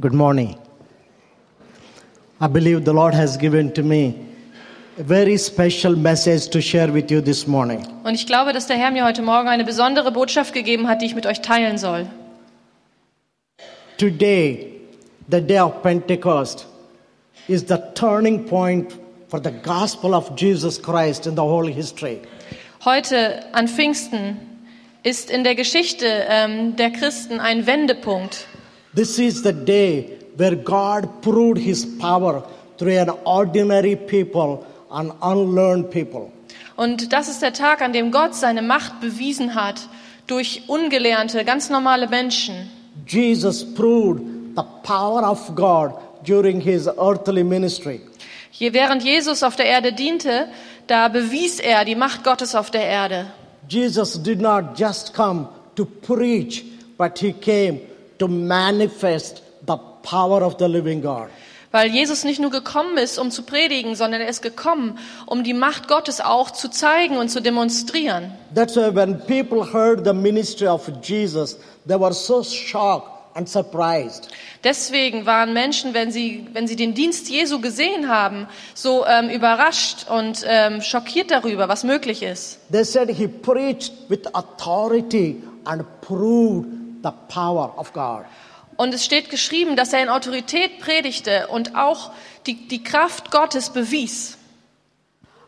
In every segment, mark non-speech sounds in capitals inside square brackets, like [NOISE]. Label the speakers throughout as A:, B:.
A: Good morning. I believe the Lord has given to me a very special message to share with you this morning.
B: Und ich glaube, dass der Herr mir heute Morgen eine besondere Botschaft gegeben hat, die ich mit euch teilen soll.
A: Today, the day of Pentecost, is the turning point for the gospel of Jesus Christ in the whole history.
B: Heute an Pfingsten ist in der Geschichte ähm, der Christen ein Wendepunkt.
A: This is the day where God proved his power through an ordinary people, an unlearned people.
B: Und das ist der Tag, an dem Gott seine Macht bewiesen hat durch ungelernte, ganz normale Menschen.
A: Jesus proved the power of God during his earthly ministry.
B: Je, während Jesus auf der Erde diente, da bewies er die Macht Gottes auf der Erde.
A: Jesus did not just come to preach, but he came to manifest the power of the living God.
B: Weil Jesus nicht nur gekommen ist, um zu predigen, sondern er ist gekommen, um die Macht Gottes auch zu zeigen und zu demonstrieren.
A: That's why when people heard the ministry of Jesus, they were so shocked and surprised.
B: Deswegen waren Menschen, wenn sie, wenn sie den Dienst Jesu gesehen haben, so ähm, überrascht und ähm, schockiert darüber, was möglich ist.
A: They said he preached with authority and proved the power of God.
B: Und es steht geschrieben, dass er in Autorität predigte und auch die, die Kraft Gottes bewies.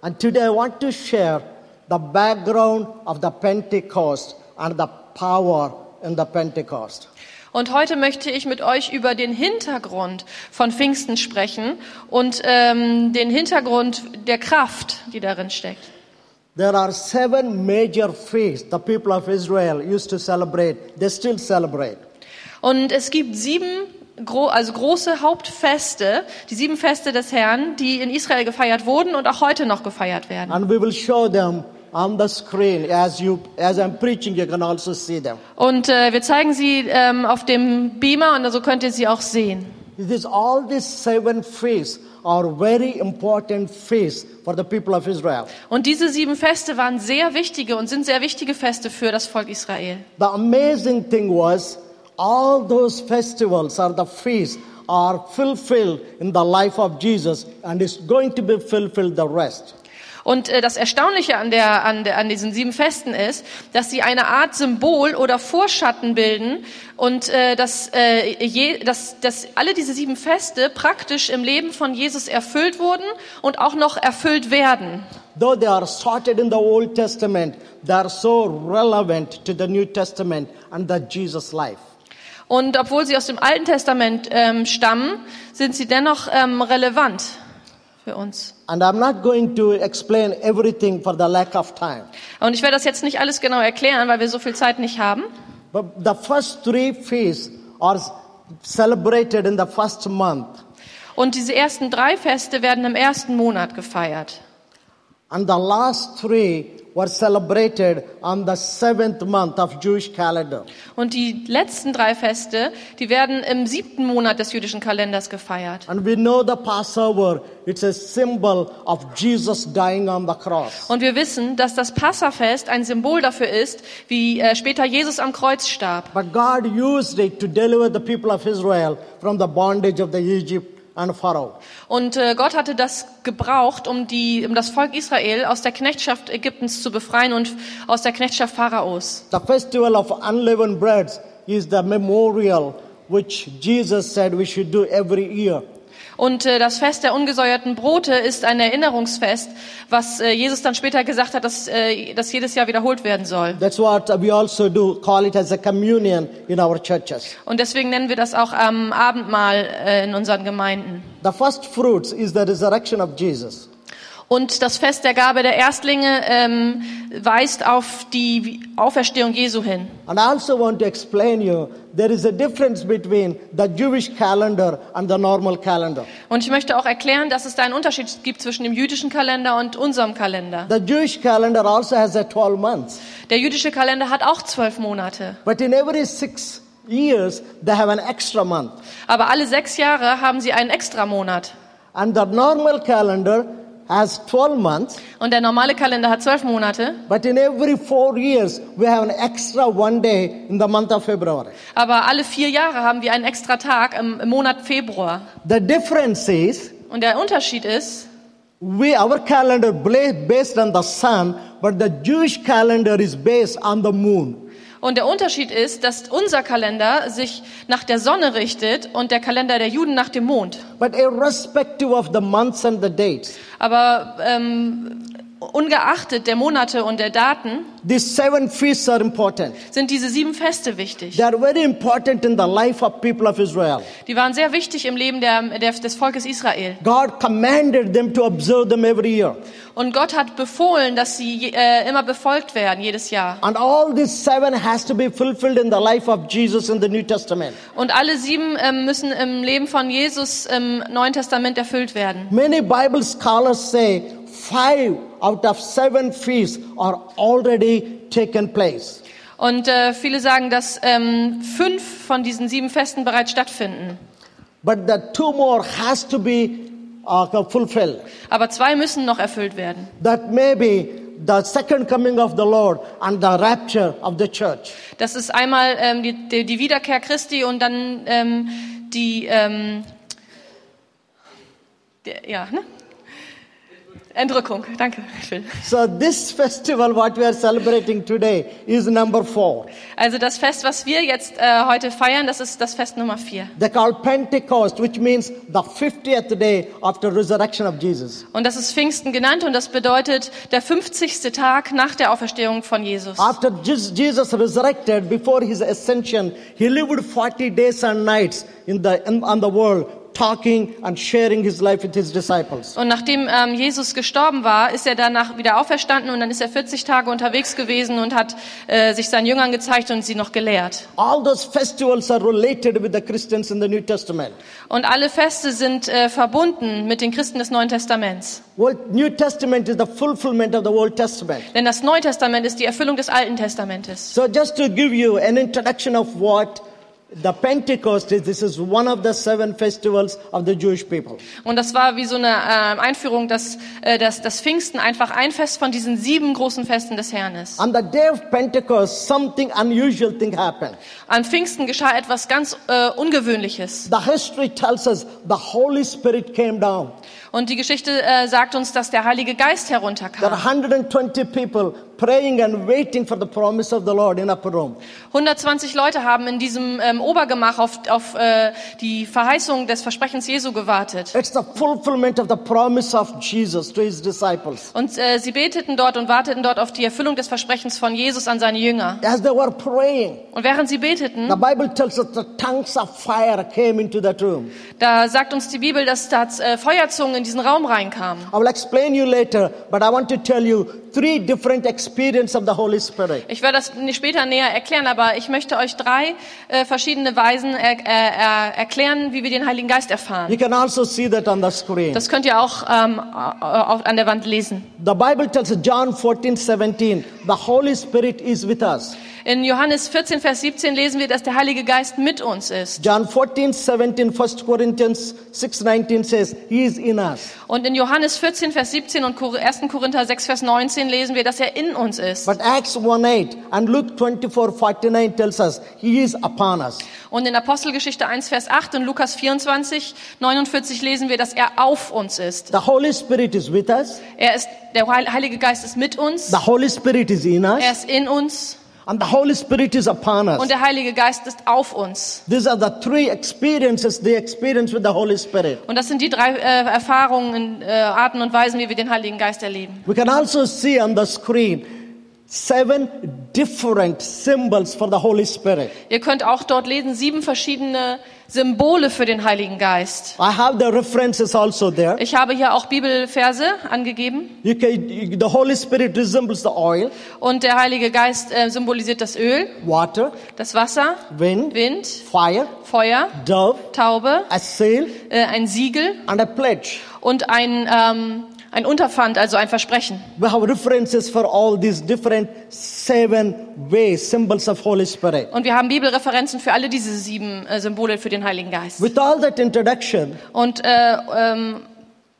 A: And today I want to share the background of the Pentecost and the power in the Pentecost.
B: Und heute möchte ich mit euch über den Hintergrund von Pfingsten sprechen und ähm, den Hintergrund der Kraft, die darin steckt.
A: There are seven major feasts the people of Israel used to celebrate. They still celebrate.
B: Und es gibt sieben, gro also große Hauptfeste, die sieben Feste des Herrn, die in Israel gefeiert wurden und auch heute noch gefeiert werden.
A: And we will show them on the screen as you as I'm preaching you can also see them.
B: Und äh, wir zeigen sie ähm, auf dem Beamer und so könnt ihr sie auch sehen.
A: It is all these seven feasts are very important feasts for the people of Israel.
B: Und diese sieben Feste waren sehr wichtige und sind sehr wichtige Feste für das Volk Israel.
A: The amazing thing was all those festivals or the feasts are fulfilled in the life of Jesus and is going to be fulfilled the rest.
B: Und äh, das Erstaunliche an, der, an, der, an diesen sieben Festen ist, dass sie eine Art Symbol oder Vorschatten bilden und äh, dass, äh, je, dass, dass alle diese sieben Feste praktisch im Leben von Jesus erfüllt wurden und auch noch erfüllt werden.
A: Though they are sorted in the Old Testament, they are so relevant to the New Testament and the Jesus life.
B: Und obwohl sie aus dem Alten Testament ähm, stammen, sind sie dennoch ähm, relevant für uns.
A: And I'm not going to explain everything for the lack of time.
B: Und ich werde das jetzt nicht alles genau erklären, weil wir so viel Zeit nicht haben.
A: But the first three feasts are celebrated in the first month,
B: Und diese ersten drei Feste werden im ersten Monat gefeiert.
A: and the last three were celebrated on the seventh month of Jewish calendar.
B: Und die letzten drei Feste, die werden im siebten Monat des jüdischen Kalenders gefeiert.
A: And we know the Passover, it's a symbol of Jesus dying on the cross.
B: Und wir wissen, dass das Passafest ein Symbol dafür ist, wie äh, später Jesus am Kreuz starb.
A: But God used it to deliver the people of Israel from the bondage of the Egypt and Pharaoh.
B: Und äh, Gott hatte das gebraucht, um, die, um das Volk Israel aus der Knechtschaft Ägyptens zu befreien und aus der Knechtschaft Pharaos.
A: The festival of unleavened breads is the memorial which Jesus said we should do every year.
B: Und äh, das Fest der ungesäuerten Brote ist ein Erinnerungsfest, was äh, Jesus dann später gesagt hat, dass äh, das jedes Jahr wiederholt werden soll.
A: That's what we also do, call it as a communion in our churches.
B: Und deswegen nennen wir das auch am Abendmahl äh, in unseren Gemeinden.
A: The first fruits is the resurrection of Jesus.
B: Und das Fest der Gabe der Erstlinge ähm, weist auf die Auferstehung Jesu hin.
A: And I also want to explain you there is a difference between the Jewish calendar and the normal calendar.
B: Und ich möchte auch erklären, dass es da einen Unterschied gibt zwischen dem jüdischen Kalender und unserem Kalender.
A: The Jewish calendar also has a 12 months,
B: Der jüdische Kalender hat auch zwölf Monate.
A: but in every 6 years they have an extra month.
B: Aber alle sechs Jahre haben sie einen Extramonat.
A: And the normal calendar has 12 months,
B: Und der normale Kalender hat zwölf Monate.
A: but in every four years, we have an extra one day in the month of February.
B: Aber alle vier Jahre haben wir einen extra Tag im, im Monat Februar.
A: The difference is
B: Und der Unterschied ist,
A: we our calendar bla- based on the sun, but the Jewish calendar is based on the moon.
B: und der Unterschied ist, dass unser Kalender sich nach der Sonne richtet und der Kalender der Juden nach dem Mond.
A: But irrespective of the months and the dates,
B: Aber ähm, ungeachtet der Monate und der Daten
A: these seven feasts are important.
B: sind diese sieben Feste wichtig.
A: They are very important in the life of people of Israel.
B: Die waren sehr wichtig im Leben der, der, des Volkes Israel.
A: God commanded them to observe them every year.
B: Und Gott hat befohlen, dass sie je- äh, immer befolgt werden, jedes Jahr.
A: And all these seven has to be fulfilled in the life of Jesus in the New Testament.
B: Und alle sieben ähm, müssen im Leben von Jesus im Neuen Testament erfüllt werden.
A: Many Bible scholars say five out of seven feasts are already taken place.
B: Und äh, viele sagen, dass ähm, fünf von diesen sieben Festen bereits stattfinden.
A: But the two more has to be uh, fulfilled.
B: Aber zwei müssen noch erfüllt werden.
A: That may be the second coming of the Lord and the rapture of the church.
B: Das ist einmal ähm, die, die, die Wiederkehr Christi und dann ähm, die, ähm, der, ja, ne? Entrückung. Danke, Phil.
A: So this [LAUGHS] festival, what we are celebrating today, is number four.
B: Also das Fest, was wir jetzt äh, heute feiern, das ist das Fest Nummer vier.
A: They call Pentecost, which means the 50th day after resurrection of Jesus.
B: Und das ist Pfingsten genannt und das bedeutet der 50. Tag nach der Auferstehung von Jesus.
A: After Jes- Jesus resurrected, before his ascension, he lived 40 days and nights in the, in, on the world, talking and sharing his life with his disciples.
B: Und nachdem ähm, Jesus gestorben war, ist er danach wieder auferstanden und dann ist er 40 Tage unterwegs gewesen und hat äh, sich seinen Jüngern gezeigt und sie noch gelehrt.
A: All those festivals are related with the Christians in the New Testament.
B: Und alle Feste sind äh, verbunden mit den Christen des Neuen Testaments.
A: Old, New Testament is the fulfillment of the Old Testament.
B: Denn das Neue Testament ist die Erfüllung des Alten Testamentes.
A: So just to give you an introduction of what the Pentecost is, this is one of the seven festivals of the Jewish people.
B: Und das war wie so eine äh, Einführung, dass, äh, dass das Pfingsten einfach ein Fest von diesen sieben großen Festen des Herrn ist.
A: On the day of Pentecost, something unusual thing happened.
B: An Pfingsten geschah etwas ganz äh, Ungewöhnliches.
A: The history tells us the Holy Spirit came down.
B: Und die Geschichte äh, sagt uns, dass der Heilige Geist
A: There are
B: herunterkam.
A: 120 people praying and waiting for the promise of the Lord in upper room.
B: 120 Leute haben in diesem ähm, Obergemach auf, auf äh, die Verheißung des Versprechens Jesu gewartet.
A: It's the fulfillment of the promise of Jesus to his disciples.
B: Und äh, sie beteten dort und warteten dort auf die Erfüllung des Versprechens von Jesus an seine Jünger.
A: As they were praying,
B: Und während sie beteten,
A: the Bible tells us the tongues of fire came into that room.
B: da sagt uns die Bibel, dass da äh, Feuerzungen in diesen Raum reinkamen.
A: I will explain you later, but I want to tell you three different experiences of the Holy Spirit.
B: Ich werde das später näher erklären, aber ich möchte euch drei äh, verschiedene Weisen er, er, er, erklären, wie wir den Heiligen Geist erfahren.
A: You can also see that on the screen.
B: Das könnt ihr auch ähm, auf, an der Wand lesen.
A: The Bible tells us, John 14, 17, the Holy Spirit is with us.
B: In Johannes 14, Vers 17 lesen wir, dass der Heilige Geist mit uns ist.
A: John 14, 17, 1 Corinthians 6, 19 says, He is in us.
B: Und in Johannes 14, Vers 17 und Kor- 1. Korinther 6, Vers 19 lesen wir, dass er in uns ist.
A: But Acts 1, 8 and Luke 24, 49 tells us, He is upon us.
B: Und in Apostelgeschichte 1, Vers 8 und Lukas 24, 49 lesen wir, dass er auf uns ist.
A: The Holy Spirit is with us.
B: Er ist, der Heil- Heilige Geist ist mit uns.
A: The Holy Spirit is in
B: Er
A: us.
B: ist in uns.
A: And the Holy Spirit is upon us.
B: Und der Heilige Geist ist auf uns.
A: These are the three experiences they experience with the Holy Spirit.
B: Und das sind die drei äh, Erfahrungen, äh, Arten und Weisen, wie wir den Heiligen Geist erleben.
A: We can also see on the screen seven different symbols for the Holy Spirit.
B: Ihr könnt auch dort lesen, sieben verschiedene Symbole für den Heiligen Geist.
A: I have the references also there.
B: Ich habe hier auch Bibelverse angegeben
A: You can, you- the Holy Spirit resembles the oil,
B: und der Heilige Geist äh, symbolisiert das Öl,
A: water,
B: das Wasser,
A: wind,
B: Wind,
A: fire,
B: Feuer,
A: dove,
B: Taube,
A: a seal,
B: äh, ein Siegel
A: and a pledge.
B: und ein, ähm, ein Unterpfand, also ein Versprechen.
A: We have references for all these different seven ways, symbols of Holy Spirit.
B: Und wir haben Bibelreferenzen für alle diese sieben äh, Symbole für den Heiligen Geist.
A: With all that introduction,
B: Und äh, ähm,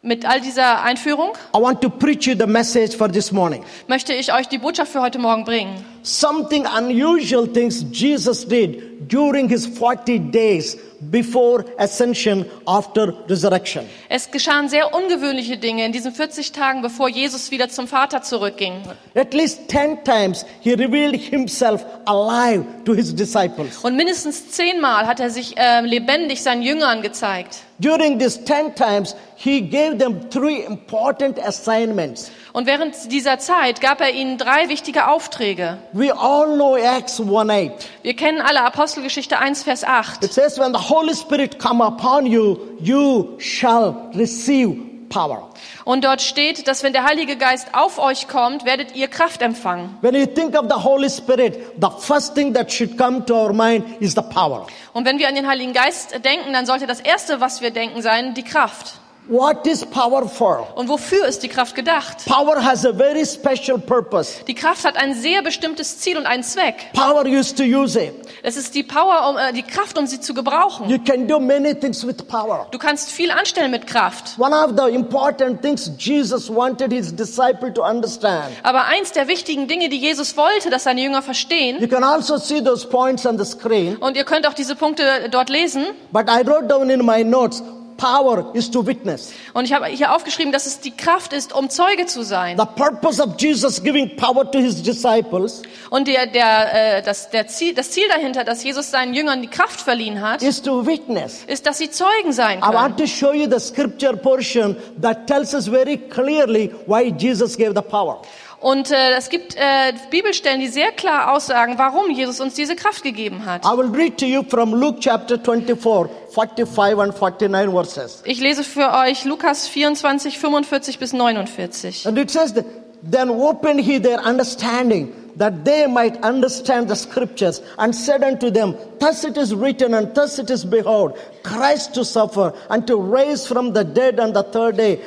B: Mit all dieser Einführung
A: I want to preach you the message for this morning.
B: möchte ich euch die Botschaft für heute Morgen bringen.
A: Something unusual things Jesus did during his 40 days before ascension after resurrection.
B: Es geschahen sehr ungewöhnliche Dinge in diesen 40 Tagen, bevor Jesus wieder zum Vater zurückging.
A: At least 10 times he revealed himself alive to his disciples.
B: Und mindestens zehnmal hat er sich äh, lebendig seinen Jüngern gezeigt.
A: During these 10 times he gave them three important assignments.
B: Und während dieser Zeit gab er ihnen drei wichtige Aufträge.
A: We all know Acts 1:8.
B: Wir kennen alle Apostelgeschichte 1, Vers 8.
A: It says when the Holy Spirit come upon you you shall receive power.
B: Und dort steht, dass wenn der Heilige Geist auf euch kommt, werdet ihr Kraft empfangen.
A: When you think of the Holy Spirit, the first thing that should come to our mind is the power.
B: Und wenn wir an den Heiligen Geist denken, dann sollte das Erste, was wir denken, sein, die Kraft.
A: What is power for?
B: Und wofür ist die Kraft gedacht?
A: Power has a very special purpose.
B: Die Kraft hat ein sehr bestimmtes Ziel und einen Zweck.
A: Power used to use it.
B: Es ist die Power, um, äh, die Kraft, um sie zu gebrauchen.
A: You can do many things with power.
B: Du kannst viel anstellen mit Kraft.
A: One of the important things Jesus wanted his disciple to understand.
B: Aber eins der wichtigen Dinge, die Jesus wollte, dass seine Jünger verstehen,
A: You can also see those points on the screen,
B: und ihr könnt auch diese Punkte dort lesen,
A: but I wrote down in my notes power is to witness.
B: und ich habe hier aufgeschrieben, dass es die Kraft ist, um Zeuge zu sein.
A: The purpose of Jesus giving power to his disciples
B: Und der, der, äh, das, der Ziel, das Ziel dahinter, dass Jesus seinen Jüngern die Kraft verliehen hat,
A: is to witness.
B: ist, dass sie Zeugen sein
A: I
B: können.
A: want to show you the scripture portion that tells us very clearly why Jesus gave the power.
B: Und äh, es gibt äh, Bibelstellen, die sehr klar aussagen, warum Jesus uns diese Kraft gegeben hat.
A: I will read to you from Luke chapter 24, 45 and 49 verses.
B: Ich lese für euch Lukas 24, 45 bis 49.
A: And it says, that, Then opened he their understanding, that they might understand the scriptures, and said unto them, Thus it is written, and thus it is beheld, Christ to suffer, and to rise from the dead on the third day,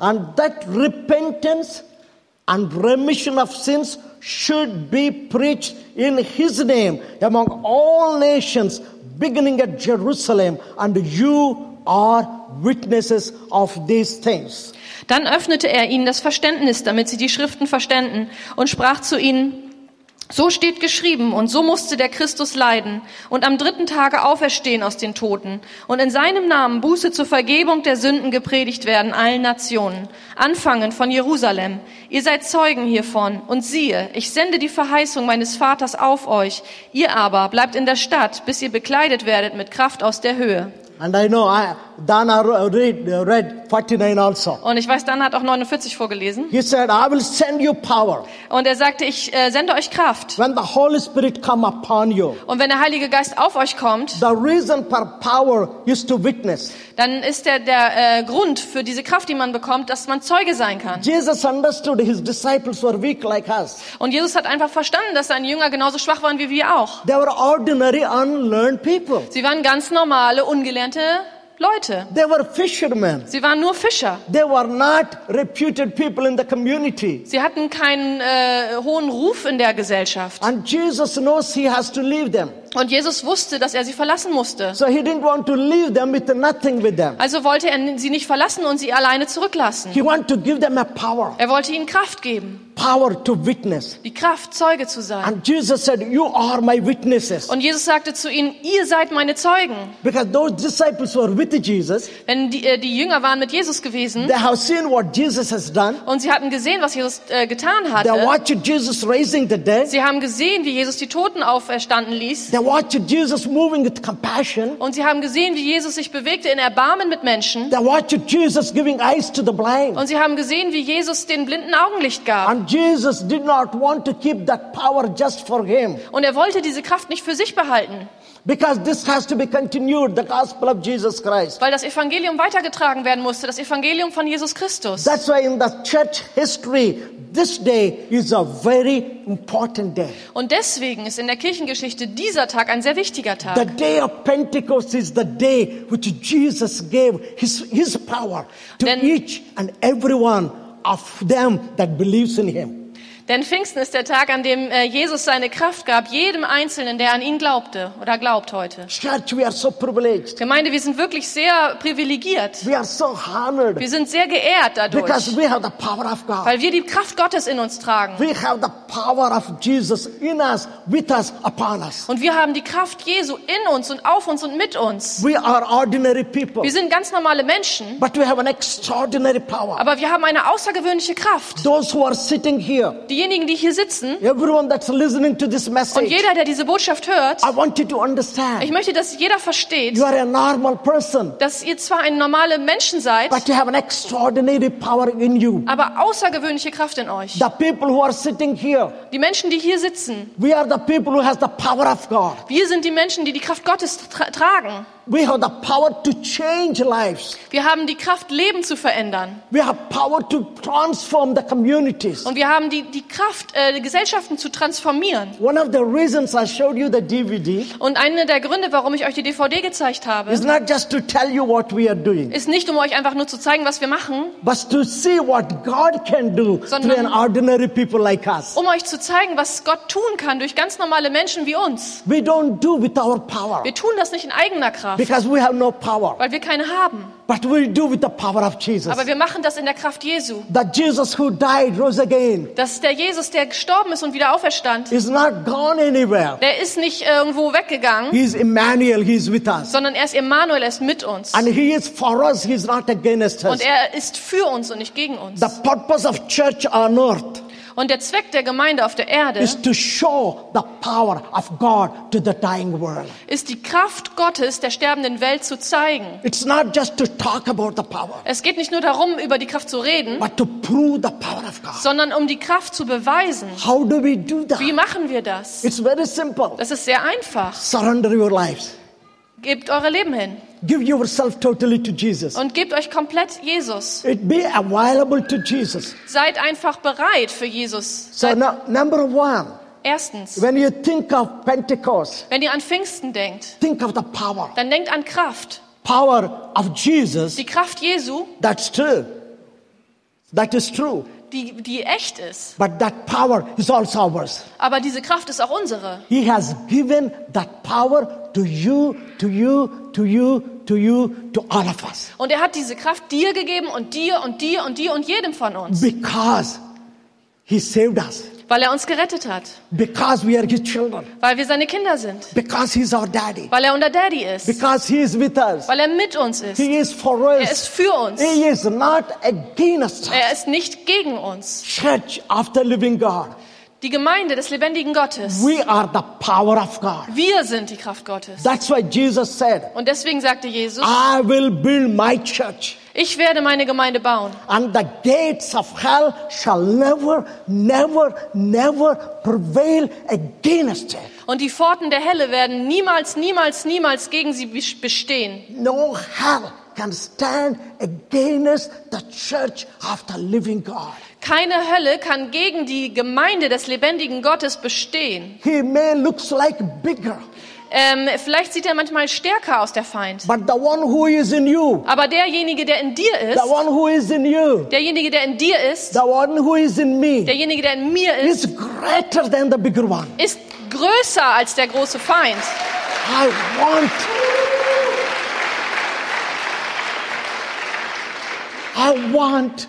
A: and that repentance and remission of sins should be preached in his name among all nations, beginning at Jerusalem, and you are witnesses of these things.
B: Dann öffnete er ihnen das Verständnis, damit sie die Schriften verständen, und sprach zu ihnen, so steht geschrieben, und so musste der Christus leiden und am dritten Tage auferstehen aus den Toten und in seinem Namen Buße zur Vergebung der Sünden gepredigt werden allen Nationen, anfangen von Jerusalem. Ihr seid Zeugen hiervon, und siehe, ich sende die Verheißung meines Vaters auf euch, ihr aber bleibt in der Stadt, bis ihr bekleidet werdet mit Kraft aus der Höhe.
A: And I know I, Dana ro- uh, read, read 49 also.
B: Und ich weiß, dann hat auch 49 vorgelesen.
A: He said, I will send you power
B: Und er sagte, ich äh, sende euch Kraft.
A: when the Holy Spirit come upon you.
B: Und wenn der Heilige Geist auf euch kommt,
A: The reason for power is to witness.
B: dann ist der, der äh, Grund für diese Kraft, die man bekommt, dass man Zeuge sein kann.
A: Jesus understood his disciples were weak like us.
B: Und Jesus hat einfach verstanden, dass seine Jünger genauso schwach waren wie wir auch.
A: They were ordinary, unlearned people.
B: Sie waren ganz normale, ungelernte Leute.
A: They were fishermen.
B: Sie waren nur Fischer.
A: They were not reputed people in the community.
B: Sie hatten keinen äh, hohen Ruf in der Gesellschaft.
A: And Jesus knows he has to leave them.
B: Und Jesus wusste, dass er sie verlassen musste.
A: So he didn't want to leave them with nothing with them.
B: Also wollte er sie nicht verlassen und sie alleine zurücklassen.
A: He wanted to give them a power,
B: Er wollte ihnen Kraft geben,
A: power to witness.
B: die Kraft, Zeuge zu sein.
A: And Jesus said, You are my witnesses.
B: Und Jesus sagte zu ihnen, ihr seid meine Zeugen.
A: Because those disciples were with Jesus.
B: Wenn die, äh, die Jünger waren mit Jesus gewesen
A: They have seen what Jesus has done.
B: und sie hatten gesehen, was Jesus äh, getan
A: They
B: hatte.
A: watched Jesus raising the dead.
B: Sie haben gesehen, wie Jesus die Toten auferstanden ließ.
A: They watched Jesus moving with compassion.
B: Und sie haben gesehen, wie Jesus sich bewegte in Erbarmen mit Menschen.
A: They watched Jesus giving eyes to the blind.
B: Und sie haben gesehen, wie Jesus den Blinden Augenlicht gab.
A: And Jesus did not want to keep that power just for him.
B: Und er wollte diese Kraft nicht für sich behalten,
A: Because this has to be continued, the gospel of Jesus Christ.
B: weil das Evangelium weitergetragen werden musste, das Evangelium von Jesus Christus.
A: That's why in the church history, this day is a very important day.
B: Und deswegen ist in der Kirchengeschichte dieser Tag ein sehr wichtiger
A: The
B: Tag.
A: day of Pentecost is the day which Jesus gave his, his power to
B: Then-
A: each and every one of them that believes in him.
B: Denn Pfingsten ist der Tag, an dem äh, Jesus seine Kraft gab, jedem Einzelnen, der an ihn glaubte oder glaubt heute.
A: Church, we are so privileged.
B: Gemeinde, wir sind wirklich sehr privilegiert.
A: We are so honored
B: Wir sind sehr geehrt
A: because
B: dadurch,
A: we have the power of God.
B: weil wir die Kraft Gottes in uns tragen.
A: We have the power of Jesus in us, with us, upon us.
B: Und wir haben die Kraft Jesu in uns und auf uns und mit uns.
A: We are ordinary people,
B: Wir sind ganz normale Menschen,
A: but we have an extraordinary power.
B: aber wir haben eine außergewöhnliche Kraft.
A: Those who are sitting here,
B: Diejenigen, die hier sitzen
A: everyone that's listening to this
B: und
A: message,
B: jeder, der diese Botschaft hört,
A: I want you to
B: ich
A: understand
B: möchte, dass jeder versteht,
A: you are a normal person,
B: dass ihr zwar ein normale Menschen seid,
A: but you have an extraordinary power in you.
B: aber außergewöhnliche Kraft in euch.
A: The people who are sitting here,
B: Die Menschen, die hier sitzen,
A: we are the people who has the power of God.
B: wir sind die Menschen, die die Kraft Gottes tra tragen.
A: We have the power to change lives.
B: Wir haben die Kraft, Leben zu verändern.
A: We have power to transform the communities.
B: Und wir haben die, die Kraft, äh, Gesellschaften zu transformieren.
A: One of the reasons I showed you the DVD
B: Und einer der Gründe, warum ich euch die DVD gezeigt
A: is
B: habe,
A: not just to tell you what we are doing,
B: ist nicht, um euch einfach nur zu zeigen, was wir machen,
A: but to see what God can do through an ordinary people like us.
B: um euch zu zeigen, was Gott tun kann durch ganz normale Menschen wie uns.
A: We don't do with our power
B: Wir tun das nicht in eigener Kraft,
A: because we have no power,
B: weil wir keine haben.
A: but we do with the power of Jesus.
B: Aber wir machen das in der Kraft Jesu.
A: That Jesus who died, rose again,
B: Dass der Jesus, der gestorben ist und wieder auferstand,
A: is not gone anywhere.
B: der ist nicht äh, irgendwo weggegangen,
A: He is Emmanuel, He is with us.
B: sondern er ist Emmanuel, er ist mit uns.
A: And He is for us, He is not against us.
B: Und er ist für uns und nicht gegen uns.
A: The purpose of church on earth
B: Und der Zweck der Gemeinde auf der Erde
A: is to show the power of God to the dying world.
B: ist die Kraft Gottes der sterbenden Welt zu zeigen.
A: It's not just to talk about the power,
B: Es geht nicht nur darum, über die Kraft zu reden,
A: but to prove the power of God.
B: sondern um die Kraft zu beweisen.
A: How do we do that?
B: Wie machen wir das?
A: It's very simple.
B: Das ist sehr einfach.
A: Surrender your lives.
B: Gebt eure Leben hin
A: Give yourself totally to Jesus.
B: und gebt euch komplett Jesus.
A: It be available to Jesus.
B: Seid einfach bereit für Jesus.
A: So now, number one,
B: Erstens,
A: when you think of Pentecost,
B: wenn ihr an Pfingsten denkt,
A: think of the power.
B: dann denkt an Kraft.
A: Power of Jesus.
B: Die Kraft Jesu,
A: That's true. That is true.
B: die, die echt ist.
A: But that power is also ours.
B: Aber diese Kraft ist auch unsere.
A: He has given that power to you, to you, to you, to you, to all of us.
B: Und er hat diese Kraft dir gegeben und dir und dir und dir und jedem von uns,
A: Because He saved us.
B: weil er uns gerettet hat,
A: Because we are His children.
B: weil wir seine Kinder sind,
A: Because He's our daddy.
B: weil er unser Daddy ist,
A: Because He is with us.
B: weil er mit uns ist.
A: He is for
B: Er ist
A: us.
B: für uns.
A: He is not against us.
B: Er ist nicht gegen uns.
A: Church of the living God.
B: Die Gemeinde des lebendigen Gottes.
A: We are the power of God.
B: Wir sind die Kraft Gottes.
A: That's why Jesus said,
B: Und deswegen sagte Jesus,
A: I will build my church.
B: ich werde meine Gemeinde bauen.
A: And the gates of hell shall never, never, never prevail against it.
B: Und die Pforten der Hölle werden niemals, niemals, niemals gegen sie bes- bestehen.
A: No hell can stand against the church of the living God.
B: Keine Hölle kann gegen die Gemeinde des lebendigen Gottes bestehen.
A: He may looks like bigger,
B: Ähm, vielleicht sieht er manchmal stärker aus, der Feind.
A: but the one who is in you,
B: Aber derjenige, der in dir
A: the
B: ist,
A: one who is in you,
B: derjenige, der in dir ist,
A: the one who is in me
B: derjenige, der in mir ist,
A: is greater than the bigger one.
B: ist größer als der große Feind.
A: I want. I want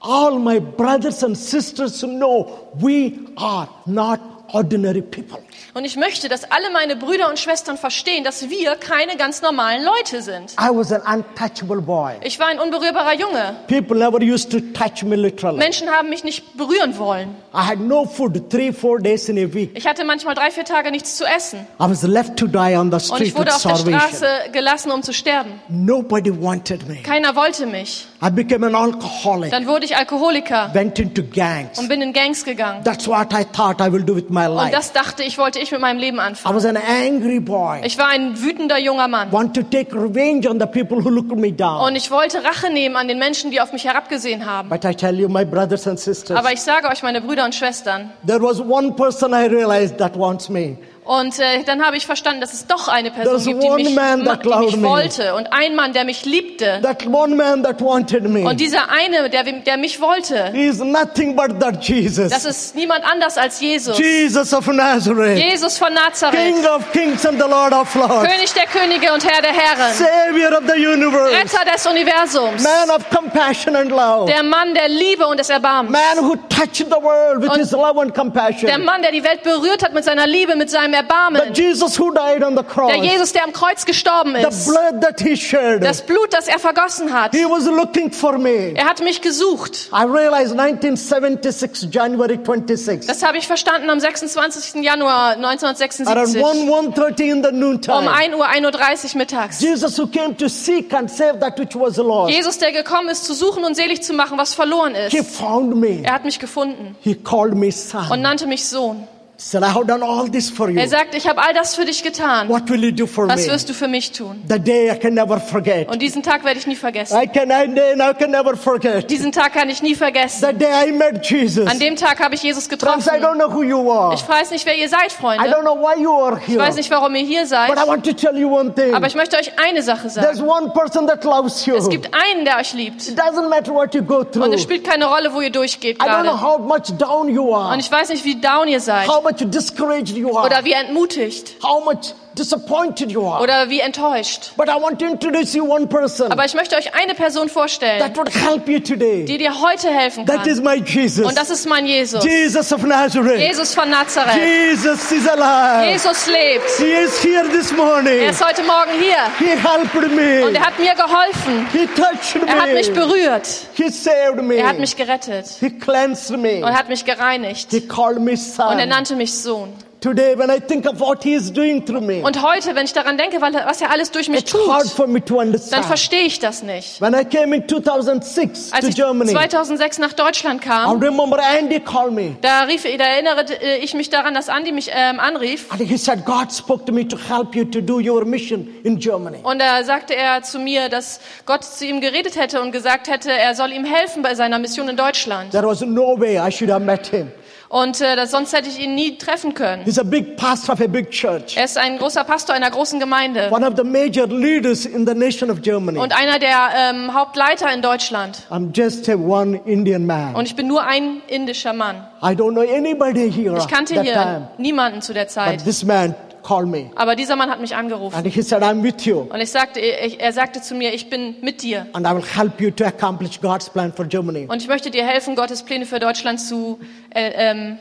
A: all my brothers and sisters to know we are not ordinary people.
B: Und ich möchte, dass alle meine Brüder und Schwestern verstehen, dass wir keine ganz normalen Leute sind.
A: I was an untouchable boy.
B: Ich war ein unberührbarer Junge.
A: People never used to touch me literally.
B: Menschen haben mich nicht berühren wollen.
A: I had no food three, four days in a week.
B: Ich hatte manchmal drei, vier Tage nichts zu essen.
A: I was left to die on the
B: Und ich
A: street with
B: wurde auf der
A: starvation.
B: Straße gelassen, um zu sterben.
A: Nobody wanted me.
B: Keiner wollte mich.
A: I became an alcoholic,
B: Dann wurde ich Alkoholiker
A: went into gangs.
B: und bin in Gangs gegangen.
A: That's what I thought I will do with my
B: Und
A: life.
B: das dachte ich, wollte ich mit meinem Leben
A: I
B: anfangen.
A: was an angry boy.
B: Ich war ein wütender junger Mann.
A: Want to take revenge on the people who looked me down.
B: Und ich wollte Rache nehmen an den Menschen, die auf mich herabgesehen haben.
A: But I tell you, my brothers and sisters,
B: Aber ich sage euch, meine Brüder und Schwestern,
A: there was one person I realized that wants me.
B: Und äh, dann habe ich verstanden, dass es doch eine Person
A: There's
B: gibt, die
A: one
B: mich,
A: man
B: ma-
A: that
B: die
A: loved
B: mich
A: me.
B: wollte und ein Mann, der mich liebte.
A: That one man that wanted
B: Und
A: me
B: dieser eine, der, der mich wollte,
A: is nothing but that
B: das
A: Jesus.
B: ist niemand anders als Jesus.
A: Jesus of Nazareth,
B: Jesus von
A: King
B: Nazareth,
A: of kings and the Lord of lords,
B: König der Könige und Herr der Herren,
A: Savior of the universe,
B: Retter des Universums,
A: man of compassion and love,
B: der Mann der Liebe und des Erbarmens,
A: man who touched the world with
B: Und-
A: his love and
B: der
A: compassion,
B: Mann, der die Welt berührt hat mit seiner Liebe, mit
A: the
B: seinem Erbarmen,
A: Jesus who died on the
B: der
A: cross,
B: Jesus, der am Kreuz gestorben
A: the
B: ist,
A: blood that he shed.
B: das Blut, das er vergossen hat.
A: He was looking for me.
B: Er hat mich gesucht.
A: I realized 1976, January 26,
B: Das habe ich verstanden am 26. Januar
A: around 1,
B: 1976.
A: 1.30 in the noontime.
B: Um 1 Uhr, 1.30 Uhr mittags.
A: Jesus who came to seek and save that which was lost.
B: Jesus, der gekommen ist, zu suchen und selig zu machen, was verloren
A: He
B: ist.
A: found me.
B: Er hat mich gefunden
A: He called me
B: und
A: son.
B: nannte mich Sohn.
A: Said, I have done all this for you.
B: Er sagt, ich habe all das für dich getan.
A: What will you do for
B: Was
A: me?
B: wirst du für mich tun?
A: The day I can never forget.
B: Und diesen Tag werde ich nie vergessen.
A: I can I, day I can never forget.
B: Diesen Tag kann ich nie vergessen.
A: The day I met Jesus.
B: An dem Tag habe ich Jesus
A: Friends, I
B: getroffen.
A: don't know who you are.
B: Ich weiß nicht, wer ihr
A: I
B: seid, Freunde.
A: don't know why you are
B: Ich
A: here.
B: weiß nicht, warum ihr hier
A: But I
B: seid.
A: want to tell you one thing.
B: Aber ich möchte euch eine Sache sagen.
A: There's one person that loves you.
B: Es gibt einen, der euch liebt.
A: It doesn't matter what you go
B: Und
A: through.
B: es spielt keine Rolle, wo ihr durchgeht
A: I don't know
B: gerade.
A: how much down you are,
B: Und ich weiß nicht, wie down ihr seid.
A: how much discouraged you are,
B: Oder wie entmutigt.
A: how much disappointed you are.
B: Oder wie enttäuscht.
A: But I want to introduce you one person
B: Aber ich möchte euch eine Person vorstellen,
A: that would help you today.
B: die dir heute helfen
A: That is
B: kann.
A: my Jesus.
B: Und das ist mein Jesus.
A: Jesus of Nazareth.
B: Jesus von Nazareth.
A: Jesus is alive.
B: Jesus lebt.
A: He is here this
B: Er
A: morning.
B: ist heute Morgen hier.
A: He helped
B: Und
A: me.
B: er hat mir geholfen.
A: He touched
B: Er hat mich
A: me.
B: berührt.
A: He saved
B: Er hat
A: me.
B: mich gerettet.
A: He cleansed me.
B: Und hat mich gereinigt.
A: He called me
B: Und er
A: son.
B: nannte mich Sohn.
A: Today, when I think of what He is doing through me,
B: Und heute, wenn ich daran denke, weil- was er alles durch mich
A: it's hard
B: tut,
A: for me to
B: dann
A: understand.
B: verstehe ich das nicht.
A: When I came in 2006
B: Als
A: to
B: ich
A: Germany, I
B: 2006 nach Deutschland kam,
A: remember Andy called me
B: Da, rief, da erinnere äh, ich mich daran, dass Andi mich ähm, anrief.
A: and he said, God spoke to me to help you to do your mission in Germany.
B: Und da sagte er zu mir, dass Gott zu ihm geredet hätte und gesagt hätte, er soll ihm helfen bei seiner Mission in Deutschland.
A: There was no way I should have met him.
B: Und äh, das, sonst hätte ich ihn nie treffen können.
A: He's a big pastor of a big church,
B: Er ist ein großer Pastor einer großen Gemeinde
A: one of the major leaders in the nation of Germany.
B: und einer der ähm, Hauptleiter in Deutschland.
A: I'm just a one Indian man.
B: Und ich bin nur ein indischer Mann.
A: I don't know anybody here
B: Ich
A: at
B: kannte
A: that
B: hier
A: time.
B: niemanden zu der
A: But
B: Zeit.
A: this man called me
B: Aber dieser Mann hat mich angerufen.
A: and he said, I'm with you
B: Und ich sagte, ich, er sagte zu mir, ich bin mit dir.
A: and I will help you to accomplish God's plan for Germany.
B: Und ich möchte dir helfen, Gottes Pläne für Deutschland zu, äh, ähm,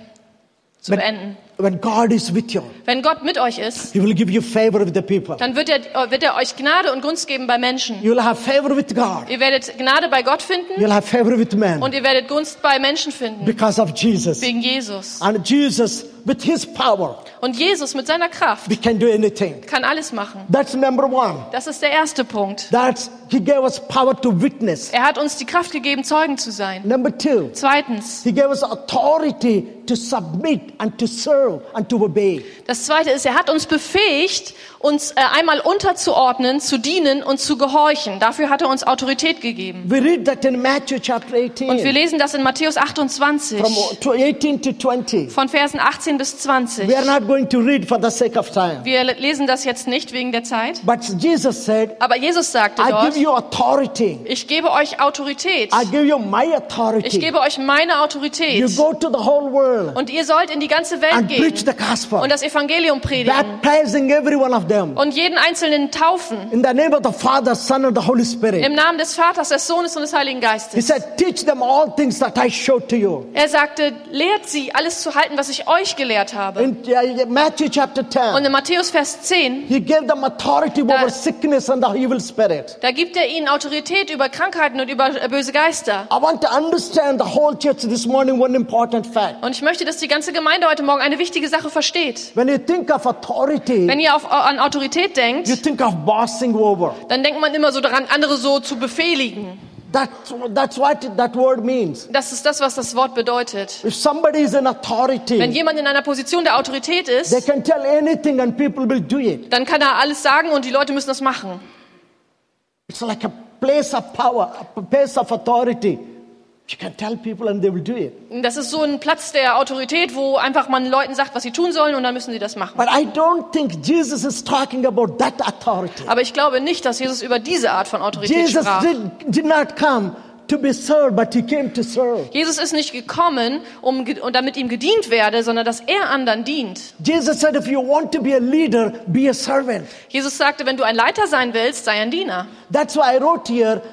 B: zu
A: Wenn-
B: beenden.
A: When God is with you,
B: Wenn Gott mit euch ist,
A: he will give you favor with the people.
B: dann wird er, wird er euch Gnade und Gunst geben bei Menschen.
A: You will have favor with God.
B: Ihr werdet Gnade bei Gott finden
A: You'll have favor with man
B: und ihr werdet Gunst bei Menschen finden,
A: because of Jesus.
B: wegen Jesus.
A: And Jesus, with his power,
B: Und Jesus mit seiner Kraft
A: we can do anything.
B: kann alles machen.
A: That's number one.
B: Das ist der erste Punkt.
A: That's he gave us power to witness.
B: Er hat uns die Kraft gegeben, Zeugen zu sein.
A: Number two,
B: Zweitens,
A: he gave us authority to submit and to serve and to obey.
B: das zweite ist, er hat uns befähigt, uns äh, einmal unterzuordnen, zu dienen und zu gehorchen. Dafür hat er uns Autorität gegeben.
A: We read that in Matthew chapter
B: Und wir
A: 18,
B: lesen das in Matthäus 28,
A: from to 18 to 20.
B: von Versen 18 bis 20.
A: We are not going to read for the sake of time.
B: Wir lesen das jetzt nicht wegen der Zeit.
A: But Jesus said,
B: Aber Jesus sagte
A: I give
B: dort,
A: you authority.
B: ich gebe euch Autorität.
A: I give you my
B: Ich
A: authority.
B: gebe euch meine
A: You
B: Autorität.
A: go to the whole world.
B: Und ihr sollt in die ganze Welt
A: and preach
B: gehen
A: the gospel,
B: und das Evangelium predigen
A: baptizing every one of them
B: und jeden Einzelnen taufen.
A: in the name of the Father, Son, and the Holy Spirit.
B: Im Namen des Vaters, des Sohnes und des Heiligen
A: He
B: Geistes.
A: said, Teach them all things that I showed to you.
B: Er sagte, lehrt sie, alles zu halten, was ich euch gelehrt habe.
A: In uh, Matthew chapter
B: Und
A: 10,
B: in Matthäus Vers 10,
A: he gave them authority over sickness and the evil spirit.
B: da gibt er ihnen Autorität über Krankheiten und über äh, böse Geister.
A: I want to understand the whole church this morning one important fact.
B: Und ich möchte, dass die ganze Gemeinde heute Morgen eine wichtige Sache versteht.
A: When you think of authority,
B: Wenn ihr auf, an Autorität denkt,
A: you think of bossing over.
B: dann denkt man immer so daran, andere so zu befehligen.
A: That, that's what that word means.
B: Das ist das, was das Wort bedeutet.
A: If somebody is in
B: Wenn
A: authority,
B: jemand in einer Position der Autorität
A: they
B: ist,
A: can tell anything and people will do it.
B: dann kann er alles sagen und die Leute müssen das machen.
A: It's like a place of power, a place of authority. You can tell people and they will do it.
B: Das ist so ein Platz der Autorität, wo einfach man Leuten sagt, was sie tun sollen und dann müssen sie das machen.
A: But I don't think Jesus is talking about that authority.
B: Aber ich glaube nicht, dass Jesus über diese Art von Autorität
A: Jesus
B: sprach.
A: did, did not come to be served, but he came to serve.
B: Jesus ist nicht gekommen, um ge- und damit ihm gedient werde, sondern dass er anderen dient.
A: Jesus said, if you want to be a leader, be a servant.
B: Jesus sagte, wenn du ein Leiter sein willst, sei ein Diener.
A: That's why I wrote here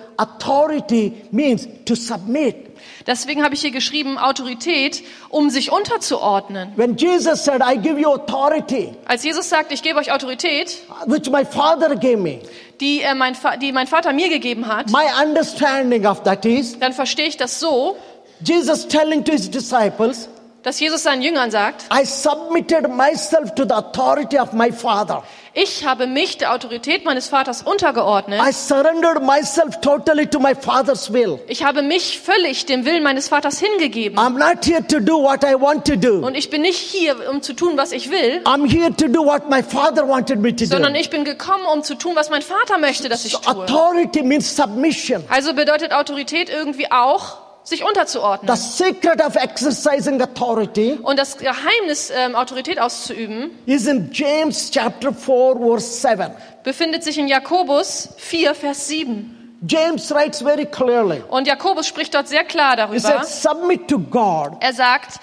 A: authority means to submit.
B: Deswegen habe ich hier geschrieben Autorität, um sich unterzuordnen.
A: When Jesus said, I give you authority,
B: Als Jesus sagt, ich gebe euch Autorität,
A: which my Father gave me,
B: die, äh, mein, Fa- die mein Vater mir gegeben hat,
A: my understanding of that is
B: dann verstehe ich das so,
A: Jesus telling to his disciples,
B: dass Jesus seinen Jüngern sagt,
A: I submitted myself to the authority of my Father.
B: ich habe mich der Autorität meines Vaters untergeordnet.
A: I surrendered myself totally to my Father's will.
B: Ich habe mich völlig dem Willen meines Vaters hingegeben.
A: I'm not here to do what I want to do.
B: Und ich bin nicht hier, um zu tun, was ich will,
A: I'm here to do what my Father wanted me to
B: sondern
A: do.
B: ich bin gekommen, um zu tun, was mein Vater möchte, dass ich tue.
A: Authority means submission.
B: Also bedeutet Autorität irgendwie auch, sich
A: The
B: unterzuordnen.
A: secret of exercising authority
B: Und das Geheimnis, ähm, Autorität auszuüben,
A: is in James chapter 4 verse 7.
B: befindet sich in Jakobus 4, Vers 7.
A: James writes very clearly.
B: Und Jakobus spricht dort sehr klar
A: He said,
B: darüber.
A: submit to God
B: Er sagt,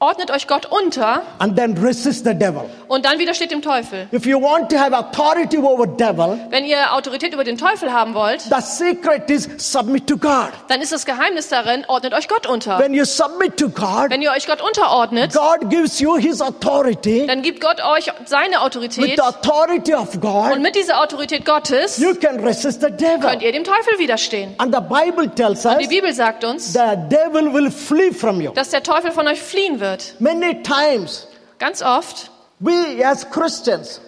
B: ordnet euch Gott unter
A: and then resist the devil.
B: und dann widersteht dem Teufel.
A: If you want to have authority over devil,
B: Wenn ihr Autorität über den Teufel haben wollt,
A: the secret is submit to God.
B: dann ist das Geheimnis darin, ordnet euch Gott unter.
A: When you submit to God,
B: Wenn ihr euch Gott unterordnet,
A: God gives you his authority.
B: dann gibt Gott euch seine
A: With
B: Autorität
A: the authority of
B: und
A: God,
B: mit dieser Autorität Gottes
A: you can resist the devil.
B: könnt ihr dem Teufel widerstehen.
A: And the Bible tells
B: Die
A: us
B: Bibel sagt uns,
A: the devil will flee from you.
B: dass der Teufel von euch fliehen wird.
A: Many times,
B: Ganz oft
A: we as Christians,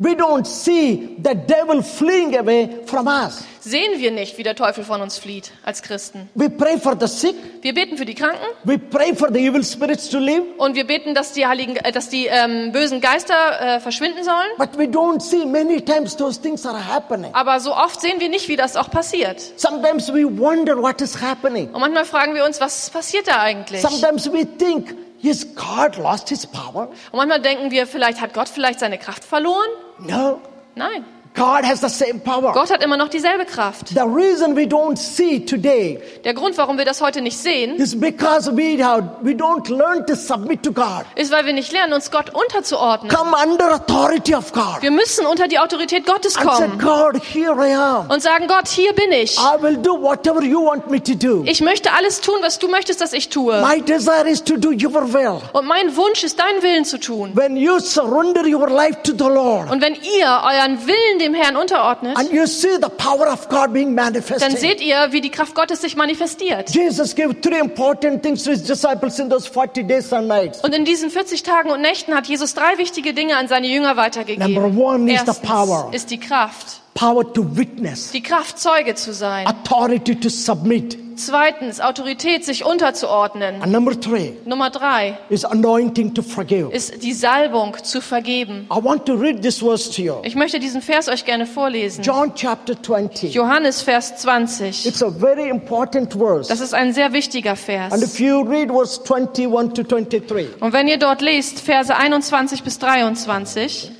A: we don't see the devil fleeing away from us.
B: sehen wir nicht, wie der Teufel von uns flieht als Christen.
A: We pray for the sick,
B: Wir beten für die Kranken
A: we pray for the evil spirits to leave,
B: und wir beten, dass die, Heiligen, äh, dass die ähm, bösen Geister äh, verschwinden sollen.
A: but we don't see many times those things are happening.
B: Aber so oft sehen wir nicht, wie das auch passiert.
A: Sometimes we wonder what is happening.
B: Und manchmal fragen wir uns, was passiert da eigentlich? Und
A: Sometimes we think, is God lost his power?
B: manchmal denken wir, vielleicht hat Gott vielleicht seine Kraft verloren?
A: No,
B: Nein,
A: God has the same power.
B: Gott hat immer noch dieselbe Kraft.
A: The reason we don't see today
B: Der Grund, warum wir das heute nicht sehen,
A: is because we have, we don't learn to submit to God.
B: ist, weil wir nicht lernen, uns Gott unterzuordnen.
A: Come under authority of God.
B: Wir müssen unter die Autorität Gottes
A: And say,
B: kommen
A: God, here I am.
B: und sagen, Gott, hier bin ich.
A: I will do whatever you want me to do.
B: Ich möchte alles tun, was du möchtest, dass ich tue.
A: My desire is to do your will.
B: Und mein Wunsch ist, deinen Willen zu tun.
A: When you surrender your life to the Lord
B: Und wenn ihr euren Willen dem Herrn unterordnet,
A: and you see the power of God being
B: dann
A: manifested.
B: seht ihr, wie die Kraft Gottes sich manifestiert.
A: Jesus gave three important things to his disciples in those 40 days and nights.
B: Und in diesen 40 Tagen und Nächten hat Jesus drei wichtige Dinge an seine Jünger
A: Number
B: weitergegeben.
A: one is the power.
B: Erstens ist die Kraft,
A: Power to witness,
B: die Kraft, Zeuge zu sein.
A: authority to submit.
B: Zweitens, Autorität, sich unterzuordnen.
A: And number three
B: Nummer drei
A: is anointing to forgive.
B: ist die Salbung, zu vergeben.
A: I want to read this verse to you.
B: Ich möchte diesen Vers euch gerne vorlesen.
A: John chapter 20.
B: Johannes, Vers 20.
A: It's a very important verse.
B: Das ist ein sehr wichtiger
A: And
B: Vers.
A: if you read verse 21 to 23,
B: Und wenn ihr dort lest, Verse 21 bis 23.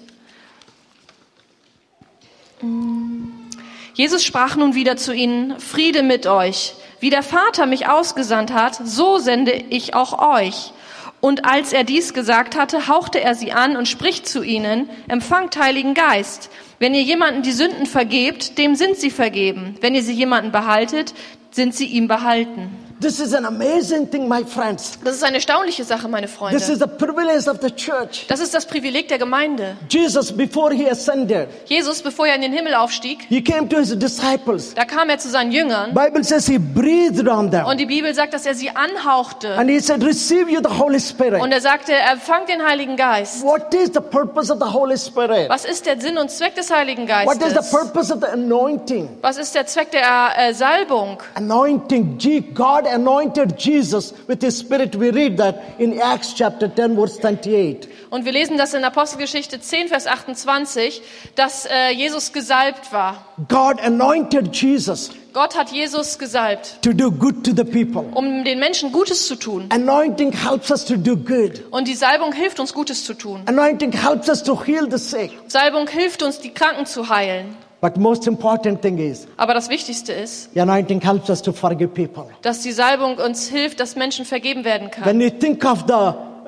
B: Jesus sprach nun wieder zu ihnen, Friede mit euch. Wie der Vater mich ausgesandt hat, so sende ich auch euch. Und als er dies gesagt hatte, hauchte er sie an und spricht zu ihnen, empfangt Heiligen Geist. Wenn ihr jemanden die Sünden vergebt, dem sind sie vergeben. Wenn ihr sie jemanden behaltet, sind sie ihm behalten.
A: this is an amazing thing, my friends.
B: Das ist eine erstaunliche Sache, meine Freunde.
A: This is the privilege of the church.
B: Das ist das Privileg der Gemeinde.
A: Jesus, before he ascended,
B: Jesus, bevor er in den Himmel aufstieg,
A: he came to his disciples.
B: da kam er zu seinen Jüngern
A: Bible says he breathed on
B: und
A: them.
B: die Bibel sagt, dass er sie anhauchte
A: And he said, receive you the Holy
B: und
A: Spirit.
B: er sagte, empfangt den Heiligen Geist.
A: What is the purpose of the Holy Spirit?
B: Was ist der Sinn und Zweck des Heiligen
A: What is the
B: Geistes?
A: purpose of the anointing?
B: Was ist der Zweck der äh, Salbung?
A: Anointing, G- God anointed Jesus with his spirit. We read that in Acts chapter 10, verse 28.
B: Und wir lesen das in Apostelgeschichte 10, Vers 28, dass äh, Jesus gesalbt war.
A: God anointed Jesus
B: Gott hat Jesus gesalbt,
A: to do good to the people.
B: um den Menschen Gutes zu tun.
A: Anointing helps us to do good.
B: Und die Salbung hilft uns, Gutes zu tun.
A: Anointing helps us to heal the sick.
B: Salbung hilft uns, die Kranken zu heilen.
A: But most important thing is,
B: Aber das Wichtigste ist,
A: the anointing helps us to forgive people.
B: dass die Salbung uns hilft, dass Menschen vergeben werden kann.
A: When you think of the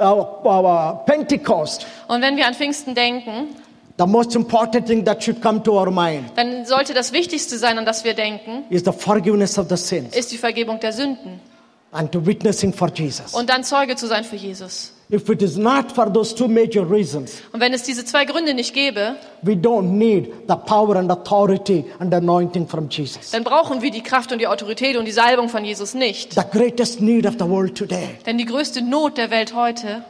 A: uh, uh, Pentecost,
B: Und wenn wir an Pfingsten denken,
A: the most important thing that should come to our mind
B: dann sollte das Wichtigste sein, an das wir denken,
A: is the forgiveness of the sins
B: ist die Vergebung der Sünden
A: and to witnessing for Jesus.
B: und dann Zeuge zu sein für Jesus.
A: If it is not for those two major reasons,
B: Und wenn es diese zwei Gründe nicht gäbe,
A: we don't need the power and authority and anointing from Jesus.
B: dann brauchen wir die Kraft und die Autorität und die Salbung von Jesus nicht.
A: The greatest need of the world today
B: Denn die größte Not der Welt heute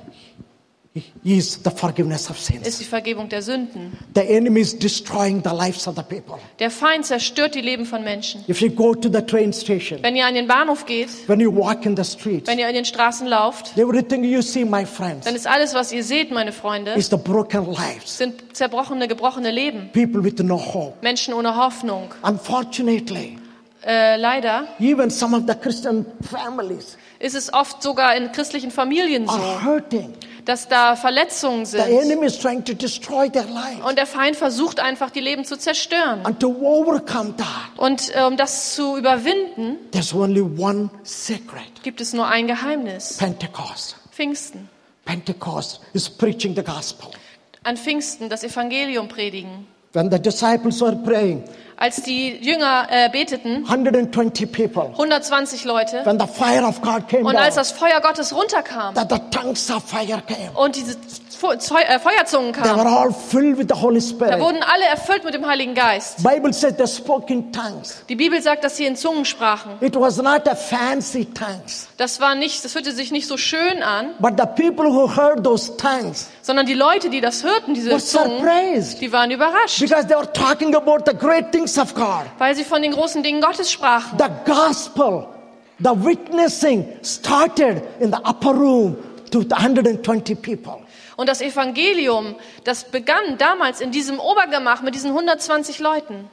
A: is the forgiveness of sins.
B: ist die Vergebung der Sünden.
A: The enemy is destroying the lives of the people.
B: Der Feind zerstört die Leben von Menschen.
A: If you go to the train station,
B: Wenn ihr an den Bahnhof geht,
A: when you walk in the streets,
B: wenn ihr in den Straßen lauft,
A: everything you see, my friends,
B: dann ist alles, was ihr seht, meine Freunde,
A: is the broken lives.
B: sind zerbrochene, gebrochene Leben.
A: People with no hope.
B: Menschen ohne Hoffnung.
A: Unfortunately,
B: Äh, leider
A: even some of the Christian families
B: ist es oft sogar in christlichen Familien
A: are
B: so,
A: hurting.
B: dass da Verletzungen
A: The
B: sind.
A: enemy is trying to destroy their lives
B: Und der Feind versucht einfach, die Leben zu zerstören.
A: and to overcome that.
B: Und äh, um das zu überwinden,
A: There's only one secret
B: gibt es nur ein Geheimnis.
A: Pentecost.
B: Pfingsten.
A: Pentecost is preaching the gospel.
B: An Pfingsten das Evangelium predigen.
A: When the disciples were praying,
B: Als die Jünger äh, beteten,
A: 120 people,
B: 120 Leute,
A: when the fire of God came
B: und als
A: down,
B: das Feuer Gottes runterkam
A: that the tongues of fire came,
B: und diese Feu äh, Feuerzungen
A: they
B: kamen,
A: were all filled with the Holy
B: da
A: Spirit.
B: wurden alle erfüllt mit dem Heiligen Geist.
A: Bible says they spoke in tongues.
B: Die Bibel sagt, dass sie in Zungen sprachen.
A: It was not a fancy tongues,
B: Das war nicht, das hörte sich nicht so schön an,
A: but the people who heard those tongues
B: sondern die Leute, die das hörten, diese
A: were
B: Zungen,
A: surprised
B: die waren überrascht,
A: because they were talking about the great things of God.
B: weil sie von den großen Dingen Gottes sprachen.
A: The gospel, the witnessing started in the upper room to the 120 people.
B: Und das Evangelium, das begann damals in diesem Obergemach mit diesen 120 Leuten.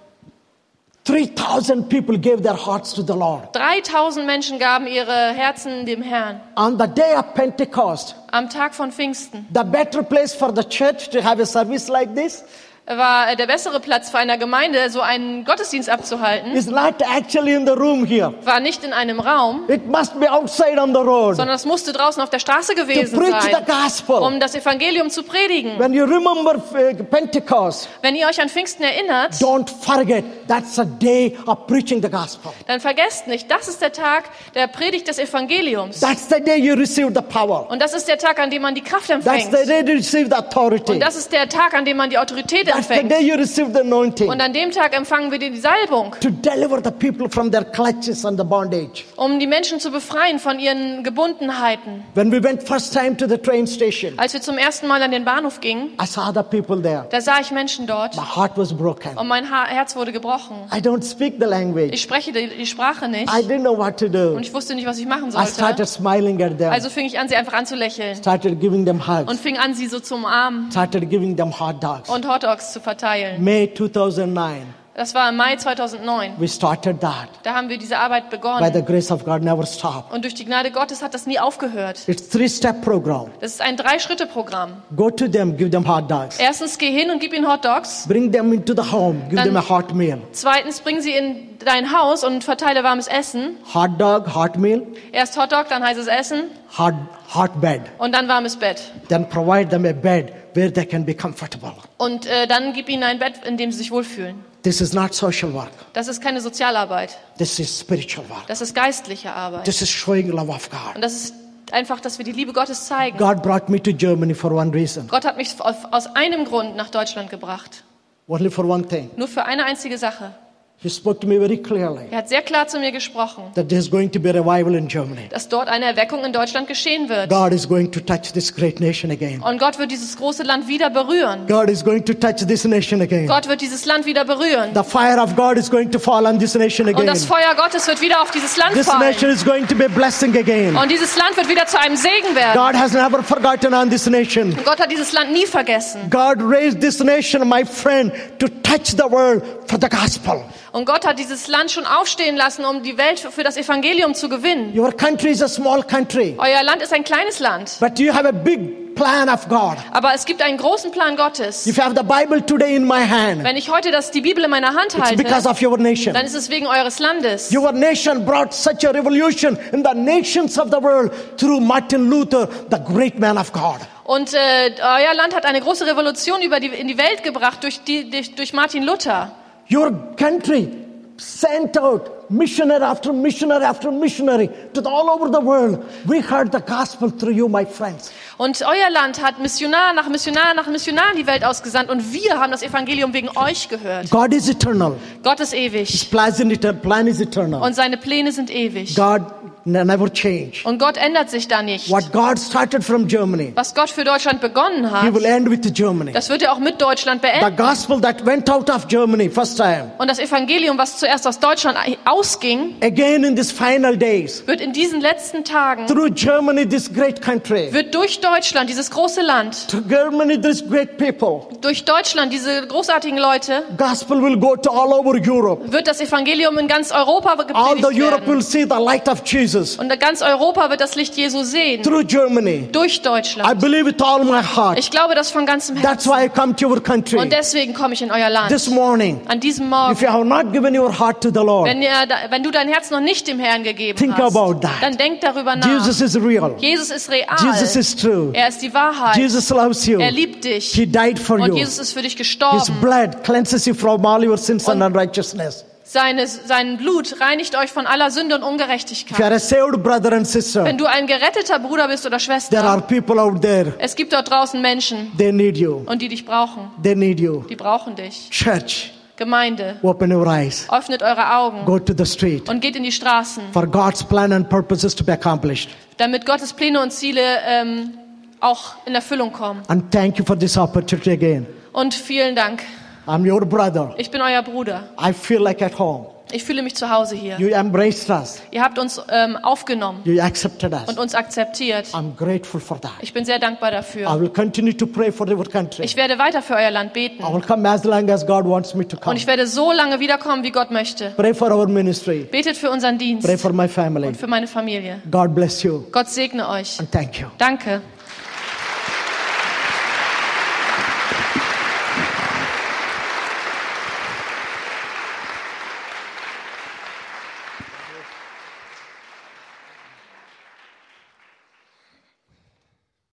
A: 3,000 people gave their hearts to the Lord.
B: 3000 Menschen gaben ihre Herzen dem Herrn
A: On the day of Pentecost,
B: am Tag von Pfingsten.
A: the better place for the church to have a service like this
B: War äh, der bessere Platz für eine Gemeinde, so einen Gottesdienst abzuhalten,
A: is not actually in the room here.
B: war nicht in einem Raum,
A: It must be outside on the road to
B: sondern es musste draußen auf der Straße
A: preach
B: gewesen
A: the
B: sein,
A: gospel.
B: um das Evangelium zu predigen.
A: When you remember uh, Pentecost,
B: Wenn ihr euch an Pfingsten erinnert,
A: don't forget that's a day of preaching the gospel.
B: dann vergesst nicht, das ist der Tag der Predigt des Evangeliums.
A: That's the day you receive the power.
B: Und das ist der Tag, an dem man die Kraft
A: That's
B: empfängt.
A: the day you receive the authority.
B: Und das ist der Tag, an dem man die Autorität
A: That's the
B: empfängt.
A: day you receive the anointing
B: Und an dem Tag empfangen wir die Salbung,
A: to deliver the people from their clutches and the bondage.
B: um die Menschen zu befreien von ihren Gebundenheiten.
A: When we went first time to the train station,
B: Als wir zum ersten Mal an den Bahnhof gingen,
A: I saw the people there.
B: da sah ich Menschen dort
A: My heart was broken.
B: und mein Ha- Herz wurde gebrochen.
A: I don't speak the language.
B: Ich spreche die die Sprache nicht
A: I didn't know what to do.
B: und ich wusste nicht, was ich machen
A: I
B: sollte.
A: started smiling at them.
B: Also fing ich an, sie einfach an zu lächeln
A: started giving them
B: und
A: hugs.
B: fing an, sie so zu umarmen
A: Started giving them hot dogs.
B: und Hotdogs zu verteilen.
A: May 2009,
B: Das war im Mai 2009.
A: we started that.
B: Da haben wir diese
A: By
B: Arbeit
A: the
B: begonnen.
A: grace of God, never stop.
B: Und durch die Gnade Gottes hat das nie aufgehört.
A: It's three-step program.
B: Das ist ein Drei-Schritte-Programm.
A: Go to them, give them hot dogs.
B: Erstens, geh hin und gib ihnen Hot Dogs.
A: Bring them into the home, give
B: Dann-
A: them a hot meal.
B: Zweitens, bring sie in dein Haus und verteile warmes Essen.
A: Hot dog, hot meal,
B: Erst Hot Dog, dann heißes Essen
A: hot, hot bed.
B: und dann warmes Bett.
A: Then provide them a bed where they can be comfortable.
B: Und äh, dann gib ihnen ein Bett, in dem sie sich wohlfühlen.
A: This is not social work.
B: Das ist keine Sozialarbeit.
A: This is spiritual work.
B: Das ist geistliche Arbeit.
A: This is showing love of God.
B: Und das ist einfach, dass wir die Liebe Gottes zeigen.
A: God brought me to Germany for one reason,
B: Gott hat mich auf, aus einem Grund nach Deutschland gebracht.
A: only for one thing.
B: Nur für eine einzige Sache.
A: He spoke to me very clearly
B: Er hat sehr klar zu mir gesprochen,
A: that there's going to be a revival in Germany.
B: dass dort eine Erweckung in Deutschland geschehen wird.
A: God is going to touch this great nation again.
B: Und Gott wird dieses große Land wieder berühren.
A: God is going to touch this nation again.
B: Gott wird dieses Land wieder berühren.
A: The fire of God is going to fall on this nation
B: Und
A: again.
B: das Feuer Gottes wird wieder auf dieses Land
A: This nation
B: fallen.
A: is going to be a blessing again.
B: Und dieses Land wird wieder zu einem Segen werden.
A: God has never forgotten on this nation.
B: Und Gott hat dieses Land nie vergessen.
A: God raised this nation, my friend, to touch the world for the gospel.
B: Und Gott hat dieses Land schon aufstehen lassen, um die Welt für das Evangelium zu gewinnen.
A: Your country is a small country,
B: Euer Land ist ein kleines Land,
A: but you have a big plan of God.
B: aber es gibt einen großen Plan Gottes.
A: If you have the Bible today in my hand,
B: Wenn ich heute das, die Bibel in meiner Hand
A: it's because
B: halte,
A: of your nation.
B: dann ist es wegen eures Landes.
A: Your nation brought such a revolution in the nations of the world through Martin Luther, the great man of God.
B: Und äh, euer Land hat eine große Revolution über die, in die Welt gebracht durch, die, durch, durch Martin Luther.
A: Your country sent out missionary after missionary after missionary to the, all over the world. We heard the gospel through you, my friends.
B: Und euer Land hat Missionar nach Missionar nach Missionar in die Welt ausgesandt und wir haben das Evangelium wegen euch gehört.
A: God is eternal.
B: Gott ist ewig
A: Plans in etern- plan is eternal.
B: und seine Pläne sind ewig.
A: God ne- never change.
B: Und Gott ändert sich da nicht.
A: What God started from Germany,
B: Was Gott für Deutschland begonnen
A: He
B: hat,
A: will end with Germany.
B: das wird er auch mit Deutschland
A: The
B: beenden.
A: gospel that went out of Germany first time,
B: Und das Evangelium, was zuerst aus Deutschland ausging,
A: again in these final days,
B: wird in diesen letzten Tagen,
A: through Germany, this great country,
B: wird durch Deutschland, dieses große Land,
A: to Germany, these great people,
B: durch Deutschland, diese großartigen Leute,
A: gospel will go to all over Europe.
B: wird das Evangelium in ganz Europa
A: All the
B: gepredigt
A: Europe will
B: werden.
A: see the light of Jesus
B: Und ganz Europa wird das Licht Jesu sehen.
A: through Germany.
B: Durch
A: I
B: Deutschland.
A: believe with all my heart.
B: Ich glaube das von ganzem Herzen.
A: That's why I come to your country
B: Und deswegen komme ich in euer Land.
A: this morning.
B: An diesem
A: If
B: Morgen,
A: you have not given your heart to the Lord,
B: wenn, ihr, da- wenn du dein Herz noch nicht dem Herrn gegeben
A: Think
B: hast,
A: about that.
B: dann denk darüber nach.
A: Jesus is real.
B: Jesus ist real.
A: Jesus is true.
B: Er ist die Wahrheit.
A: Jesus loves you.
B: Er liebt
A: He
B: dich.
A: died for
B: Und
A: you.
B: Jesus ist für dich
A: His
B: gestorben.
A: blood cleanses you from all your sins and unrighteousness.
B: Seine, sein Blut reinigt euch von aller Sünde und
A: If you
B: Ungerechtigkeit.
A: are a saved brother and sister,
B: Wenn du ein geretteter Bruder bist oder
A: there are
B: Schwester,
A: people out there.
B: es gibt dort draußen Menschen
A: They need you.
B: und die dich brauchen.
A: They need you.
B: Die brauchen dich.
A: Church,
B: Gemeinde,
A: open your eyes.
B: öffnet eure Augen
A: Go to the street.
B: und geht in die Straßen,
A: For God's plan and purposes to be accomplished.
B: damit Gottes Pläne und Ziele ähm, auch in Erfüllung kommen.
A: And thank you for this opportunity again.
B: Und vielen Dank.
A: I'm your brother.
B: Ich bin euer Bruder.
A: I feel like at home.
B: Ich fühle mich zu Hause hier.
A: You embraced us.
B: Ihr habt uns ähm, aufgenommen
A: You accepted us.
B: und uns akzeptiert.
A: I'm grateful for that.
B: Ich bin sehr dankbar
A: I
B: dafür.
A: will continue to pray for your country.
B: Ich werde weiter für euer Land beten.
A: I will come as long as God wants me to
B: Und
A: come.
B: ich werde so lange wiederkommen, wie Gott möchte.
A: Pray for our ministry.
B: Betet für unseren Dienst
A: Pray for my family.
B: und für meine Familie.
A: God bless you
B: Gott segne euch.
A: and thank you.
B: Danke.